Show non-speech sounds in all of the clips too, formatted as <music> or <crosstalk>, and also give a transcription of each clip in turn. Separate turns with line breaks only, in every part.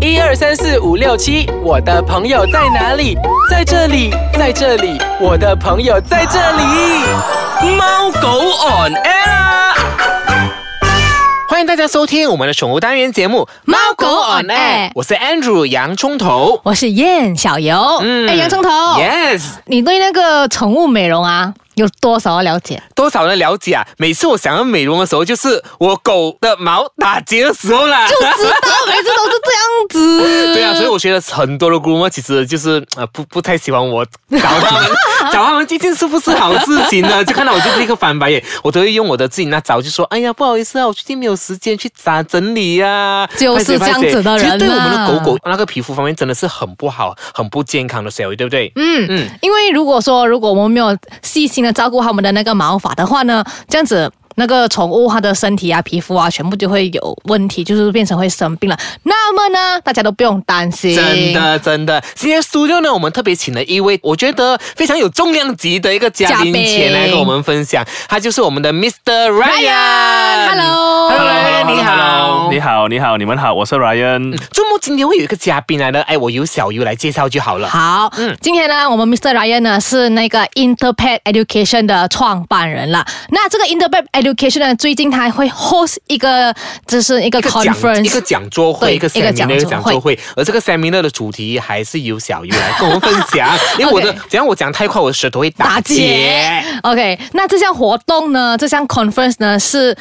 一二三四五六七，我的朋友在哪里？在这里，在这里，我的朋友在这里。
猫狗 on air 啊。
欢迎大家收听我们的宠物单元节目《
猫狗 on air
我是 Andrew 洋葱头。
我是燕小游。
嗯
哎，洋葱头
Yes，
你对那个宠物美容啊有多少了
<laughs>
解？
多少人了解啊？每次我想要美容的时候，就是我狗的毛打结的时候啦。 <laughs>
就知道每次都是这样子。
对啊，所以我觉得很多的 groomer 其实就是呃不不太喜欢我找
<laughs>
他们，找他们究竟是不是好事情呢？就看到我就立刻翻白眼，我都会用我的自己那招，就说哎呀不好意思啊，我最近没有时间去咋整理呀、
就是
拍谁拍
这
谁
样子的人啊
其实对我们的
啦
狗狗那个皮肤方面真的是很不好，很不健康的行为，对不对？
嗯
嗯
嗯，因为如果说如果我们没有细心的照顾它们的那个毛发的话呢，这样子。那个宠物它的身体啊、皮肤啊，全部就会有问题，就是变成会生病了。那么呢，大家都不用担心。
真的，真的，今天苏六呢，我们特别请了一位我觉得非常有重量级的一个嘉宾
嘉宾
前来跟我们分享，他就是我们的 Mr. Ryan。
Ryan，Hello
Hello，Ryan，你好
Hello，你好，你好，你们好，我是 Ryan。
周末今天会有一个嘉宾来的，哎，我由小优来介绍就好了。嗯
好，今天呢，我们 Mr. Ryan 呢是那个 Interpet Education 的创办人了。那这个 Interpet Education 呢，最近他会 host 一个，就是一个
一个讲
conference，
一个讲座会，
对
一个
一个讲座会
seminar 一个讲座会，而这个 seminar 的主题还是由小优来跟我们分
<laughs>
享，因为我的
OK
等一下我讲太快，我的舌头会打
打
结
结。。OK，那这项活动呢，这项 conference 呢是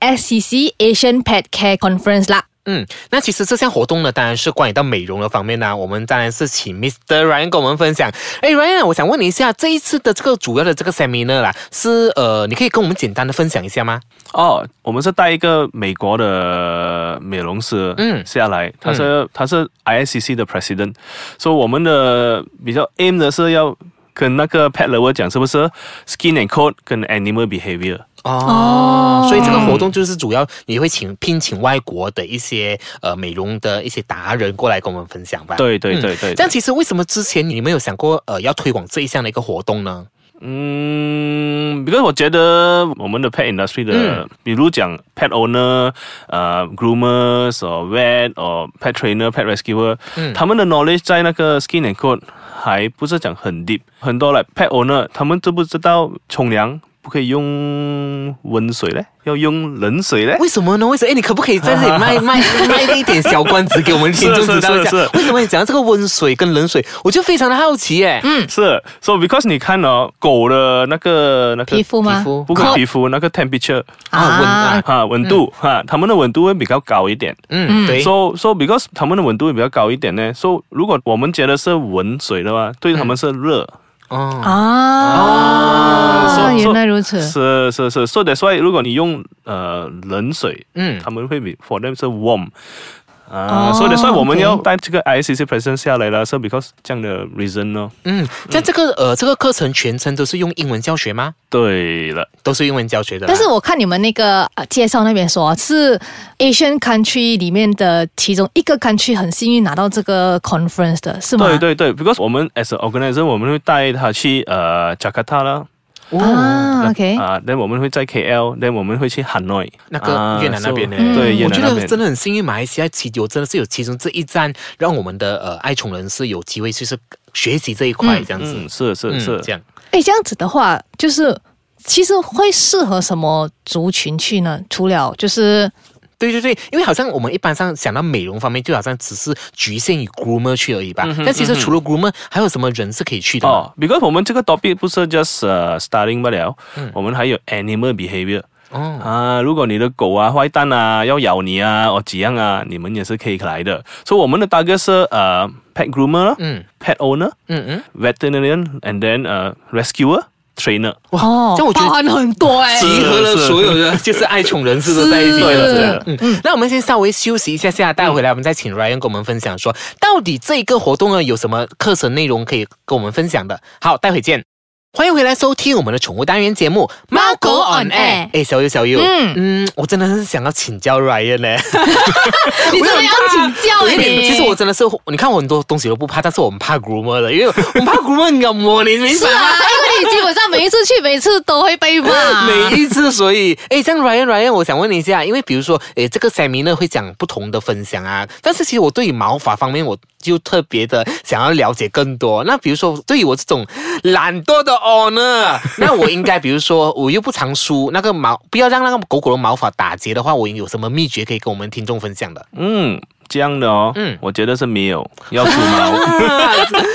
ISCC Asian Pet Care Conference 啦。
嗯，那其实这项活动呢，当然是关于到美容的方面呢、我们当然是请 Mr. Ryan 跟我们分享。哎，Ryan，我想问你一下，这一次的这个主要的这个 seminar 啦，是呃，你可以跟我们简单的分享一下吗？
哦，我们是带一个美国的美容师
嗯
下来，他是他是 ISCC 的 president，所以我们的比较 aim 的是要跟那个 pet lover 讲是不是 skin and coat 跟 animal behavior。
哦，所以这个活动就是主要你会请聘请外国的一些呃美容的一些达人过来跟我们分享吧。
对对
嗯
对对
但其实为什么之前你们有想过呃要推广这一项的一个活动呢？
嗯，因为我觉得我们的 pet industry
嗯
的，比如讲 pet owner、呃 groomers、or vet、or pet trainer、pet rescuer，、他
嗯
们的 knowledge 在那个 skin and coat 还不是讲很 deep，很多 like pet owner 他们知不知道冲凉不可以用温水嘞，要用冷水嘞？
为什么呢？为什么？哎，你可不可以在这
<laughs>
里卖卖卖一点小关子给我们听众
是
知道一下
是是？
为什么你讲到这个温水跟冷水，我就非常的好奇耶。嗯，
是，so because 你看哦，狗的那个那个
皮肤吗？
皮肤
不管皮肤那个 temperature
啊温啊，
哈温度哈，他们的温度会比较高一点。
嗯，对。
So so because 他们的温度会比较高一点呢，so 如果我们觉得是温水的话，对他们是热。
哦，
啊，
so- so-
原来如此。
是是是，so that's why 如果你用呃冷水，
嗯
他们会比 for them 是 warm。
哦
啊、so that's why 我们
OK
要带这个 ICC present 下来了，是 because 这样的 reason 咯。
嗯，但这个呃，这个课程全程都是用英文教学吗？
对了，
都是英文教学的啦。
但是我看你们那个呃介绍那边说，是 Asian country 里面的其中一个 country 很幸运拿到这个 conference 的，是吗？
对对对，because 我们 as a organizer 我们会带他去呃 Jakarta 啦，
哦
啊，OK，
啊、t h e n 我们会在 KL，then 我们会去 Hanoi，
那个越南那边呢、
嗯
啊，so- 对越
我
南
觉
那
得
边
真。的很幸运，马来西亚其有真的是有其中这一站，让我们的呃爱宠人士有机会就是学习这一块、这样子，
嗯，是是
嗯
是，
这样。
哎，这样子的话，就是其实会适合什么族群去呢？除了就是
对对对，因为好像我们一般上想到美容方面，就好像只是局限于 groomer 去而已吧。但其实除了 groomer，还有什么人是可以去的吗？
哦，because 我们这个 topic 不是 just、uh, starting 不了，我们还有 animal behavior。
嗯哦
啊，如果你的狗啊坏蛋啊要咬你啊，哦怎样啊，你们也是可以来的。所、以我们的大概是呃 pet groomer 咯
嗯
，pet owner、
嗯嗯，
veterinarian and then 呃 rescuer trainer。
哇，
哦，
这样我觉
包
得。
含很多哎、
集合了所有的 <laughs> 就是爱宠人士都在一起
对了对
了
了。
嗯，那我们先稍微休息一下下，待会回来我们再请 Ryan 跟我们分享说，到底这个活动呢啊有什么课程内容可以跟我们分享的。好，待会见。欢迎回来收听我们的宠物单元节目《猫狗 on air》。哎，小优小优，嗯
嗯
我真的是想要请教 Ryan 呢、
<laughs> 你真的要请教
我
哎、
有点，
你
其实我真的是，你看我很多东西都不怕，但是我们怕 groomer 的，因为我们怕 groomer 你要摸你，没
是
法。
啊，因为以基本上每一次去，每次都会被
<laughs>
骂。
每一次，所以，哎，这样 Ryan Ryan，我想问你一下，因为比如说，哎，这个 Sammy 呢会讲不同的分享啊，但是其实我对于毛发方面，我就特别的想要了解更多。那比如说，对于我这种懒惰的 owner，那我应该比如说，我又不常梳那个毛，不要让那个狗狗的毛发打结的话，我有什么秘诀可以跟我们听众分享
<laughs>
的？
嗯，这样的哦，
嗯
我觉得是没有要哦梳
<laughs>
毛，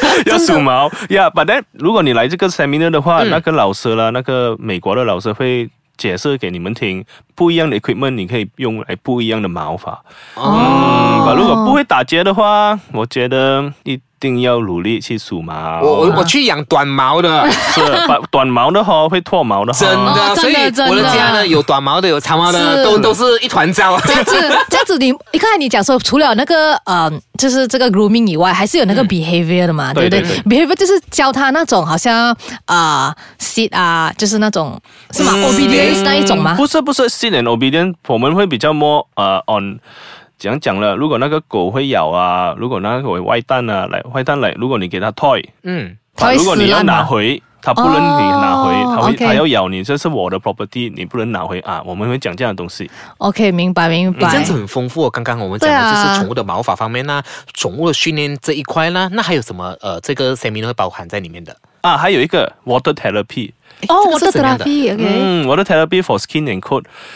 <laughs>
真的
要
嗯
梳毛呀。反正如果你来这个 seminar 的话，那个老师啦，那个美国的老师会解释给你们听，不一样的 equipment 你可以用来不一样的毛发。嗯，
哦
如果不会打结的话，我觉得一定要努力去梳毛。
我我我去养短
<laughs>
毛的。
是把短毛的哈会脱毛的哈，
真的，
哦
所以
真的真的
我的家呢有短毛的，有长毛的，
是
都都是一团糟。啊
这样子，这样子你，你刚才你讲说，除了那个呃，就是这个 grooming 以外，还是有那
嗯
个 behavior 的嘛，对不对
对对
b e h a v i o r 就是教他那种好像啊、sit 啊，就是那种是
嗯
吗、o b e d i e n c e 那一种吗？
嗯不是不是，sit and obedient，我们会比较 more 呃 on。讲讲了，如果那个狗会咬啊，如果那个狗会外蛋啊，来外蛋来，如果你给它 toy，
嗯，
它会
如果你
死
要
烂
拿
吗？
回，它不能你拿回，
哦
它会
OK
它要咬你，这是我的 property，你不能拿回啊。我们会讲这样的东西，
OK，明白明白。
这样子很丰富哦。刚刚我们讲
对
的
啊
就是宠物的毛发方面啦、宠物的训练这一块啦，那还有什么呃，这个 seminar 会包含在里面的？
啊，还有一个 water therapy，
哦，
这个
我
是
的
怎样的
therapy，OK，
嗯，water therapy for skin and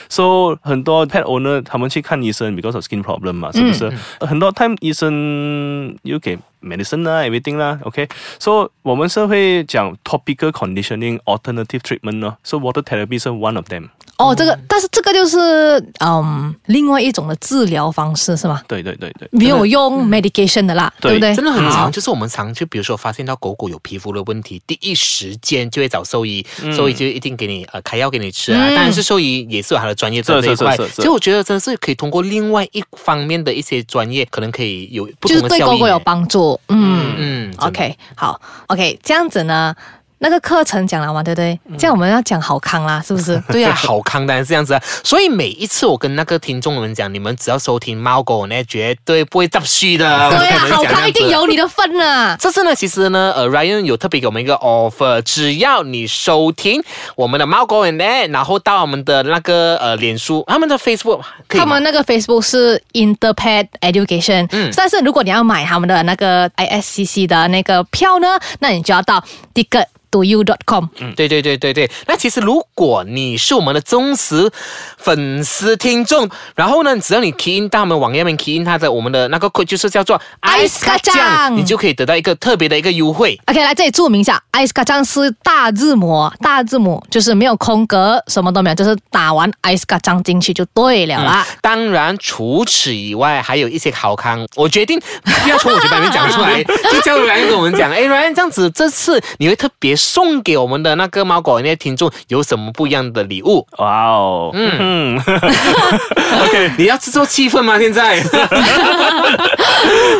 coat，so 很多 pet owner 他们去看医生，because of skin problem 嘛，是不是？
嗯
很多 time 医生又给 medicine 啦，everything 啦，OK，so 我们是会讲 topical conditioning alternative treatment 呢，so water therapy 是 one of them。
哦，这个，但是这个就是嗯，另外一种的治疗方式是吗？
对对对对，
没有用 medication 的啦，
对
对不对？
真的很
好
常，就是我们常就比如说发现到狗狗有皮肤的问题，第一时间就会找兽医，
嗯
兽医就一定给你呃开药给你吃啊。
嗯
当然是兽医也是有他的专业在
是
这一
是是
块，
是是
所以我觉得真的是可以通过另外一方面的一些专业，可能可以有不
就是
同的效
对
益。
狗狗有帮助。嗯
嗯真的
OK，好，OK，这样子呢，那个课程讲了嘛，对不对？这样我们要讲好康啦，是不
<laughs>
是？
对啊，嗯好康当然是这样子啊。所以每一次我跟那个听众们讲，你们只要收听猫狗呢，绝对不会잡虚的。
对啊
我 <laughs> 跟，你们
好
讲这样
康
子
一定。有你的份啊啦。
这次呢，其实呢，呃，Ryan 有特别给我们一个 offer，只要你收听我们的猫狗 and Net，然后到我们的那个呃脸书，他们的 Facebook，可以
他
吗
们那个 Facebook 是 Interpet Education，
嗯
但是如果你要买他们的那个 ISCC 的那个票呢，那你就要到 ticket to you dot com。
嗯对对对对对。那其实如果你是我们的忠实粉丝听众，然后呢，只要你 key in 到我们网页面 key in 它的我们的那个 code 就是叫做
Ice
咖酱
Kacang
你就可以得到一个特别的一个优惠。
OK，来这里注明一下，Ice 卡酱是大字母，大字母就是没有空格，什么都没有，就是打完 Ice 卡酱进去就对了啦。
当然，除此以外，还有一些好康，我决定不要从我嘴巴里面讲出来，就叫软跟我们讲。哎，软这样子，这次你会特别送给我们的那个猫狗那些听众有什么不一样的礼物？
哇哦，嗯，OK，嗯
你要制作气氛吗？现在
<laughs>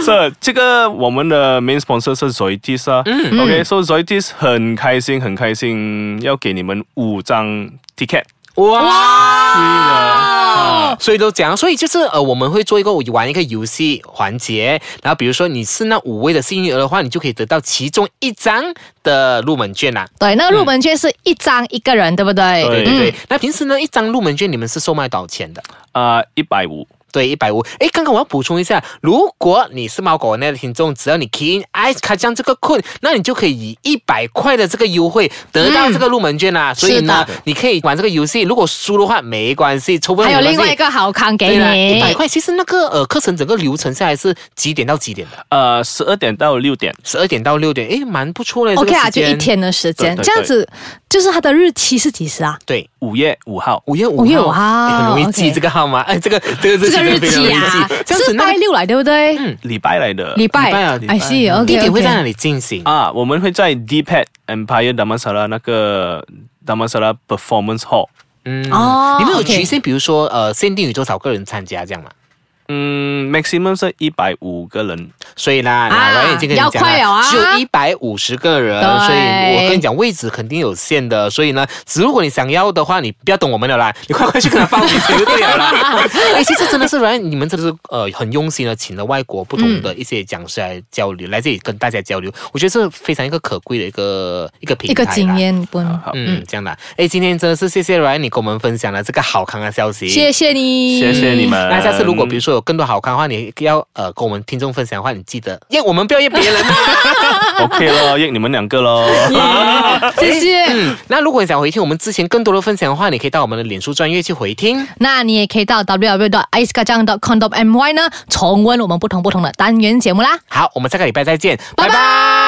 这这个我们的 main sponsor 是 Zoetis 啊，嗯，OK，so Zoetis 很开心很开心，要给你们五张 ticket。
啊
啊
哇！所以都讲，所以就是呃，我们会做一个玩一个游戏环节，然后比如说你是那五位的幸运儿的话，你就可以得到其中一张的入门券啦、
对，那个入门券是一张一个人，对不对？
对
对对对，那平时呢，一张入门券你们是售卖多少钱的？
啊，一百五。
对，一百五。哎，刚刚我要补充一下，如果你是猫狗那的听众，只要你 key in ice 卡酱这个 code，那你就可以以一百块的这个优惠得到这个入门
嗯
券啦、所以呢，你可以玩这个游戏。如果输的话没关系，抽不到
还有
没关
另
系
外一个好康给
对啦，
你，
一百块。其实那个呃课程整个流程下来是几点到几点的？
呃，十二点到六点，
十二点到六点，诶，蛮不错嘞。这个
OK 啊，
时
就
间
一。天的时间，
对对对
这样子就是它的日期是几时啊？
对，
五月五号。
五月五
5月5
号，诶很容易
号
记
啊 OK
这个号码，哎，这个这个
这个日期啊，
这样子
是
那
拜
个嗯
六来对不对？
礼拜来的
礼拜
礼拜啊礼拜
i see，OK，
地点会在哪
里？
里进行？
啊，我们会在 DPAD Empire Damansara 那个 Damansara Performance Hall。
嗯
哦
你们有
OK
局限，比如说呃，限定有多少个人参加这样吗？
嗯，maximum 是一百五个人，
所以啦，老王已经跟你
啊要
讲
快了啊
只有一百五十个人，
对
所以我跟你讲位置肯定有限的，所以呢，只如果你想要的话，你不要等我们了啦，你快快去跟他报名就对
<laughs>
了啦。哎，其实真的是，然你们真的是呃很用心的，请了外国不同的一些讲师来交流，来这里跟大家交流，我觉得这是非常一个可贵的一个一个平
一
台
个
啦
经。验不？
好，
嗯，这样的，哎，今天真的是谢谢 Ryan 你跟我们分享了这个好康的消息，
谢谢你，
谢谢你。们。
嗯那下次如果比如说有更多好看的话，你要呃跟我们听众分享的话，你记得， <laughs> 因为我们不要约别人嘛。
嗯 OK 咯，应你们两
<laughs>
个咯。
谢谢。
嗯，那如果你想回听我们之前更多的分享的话，你可以到我们的脸书专业去回听。
那你也可以到 w w w i c e k a j a n g c o m m y 呢重温我们不同不同的单元节目啦。
好，我们下个礼拜再见，
拜拜
拜拜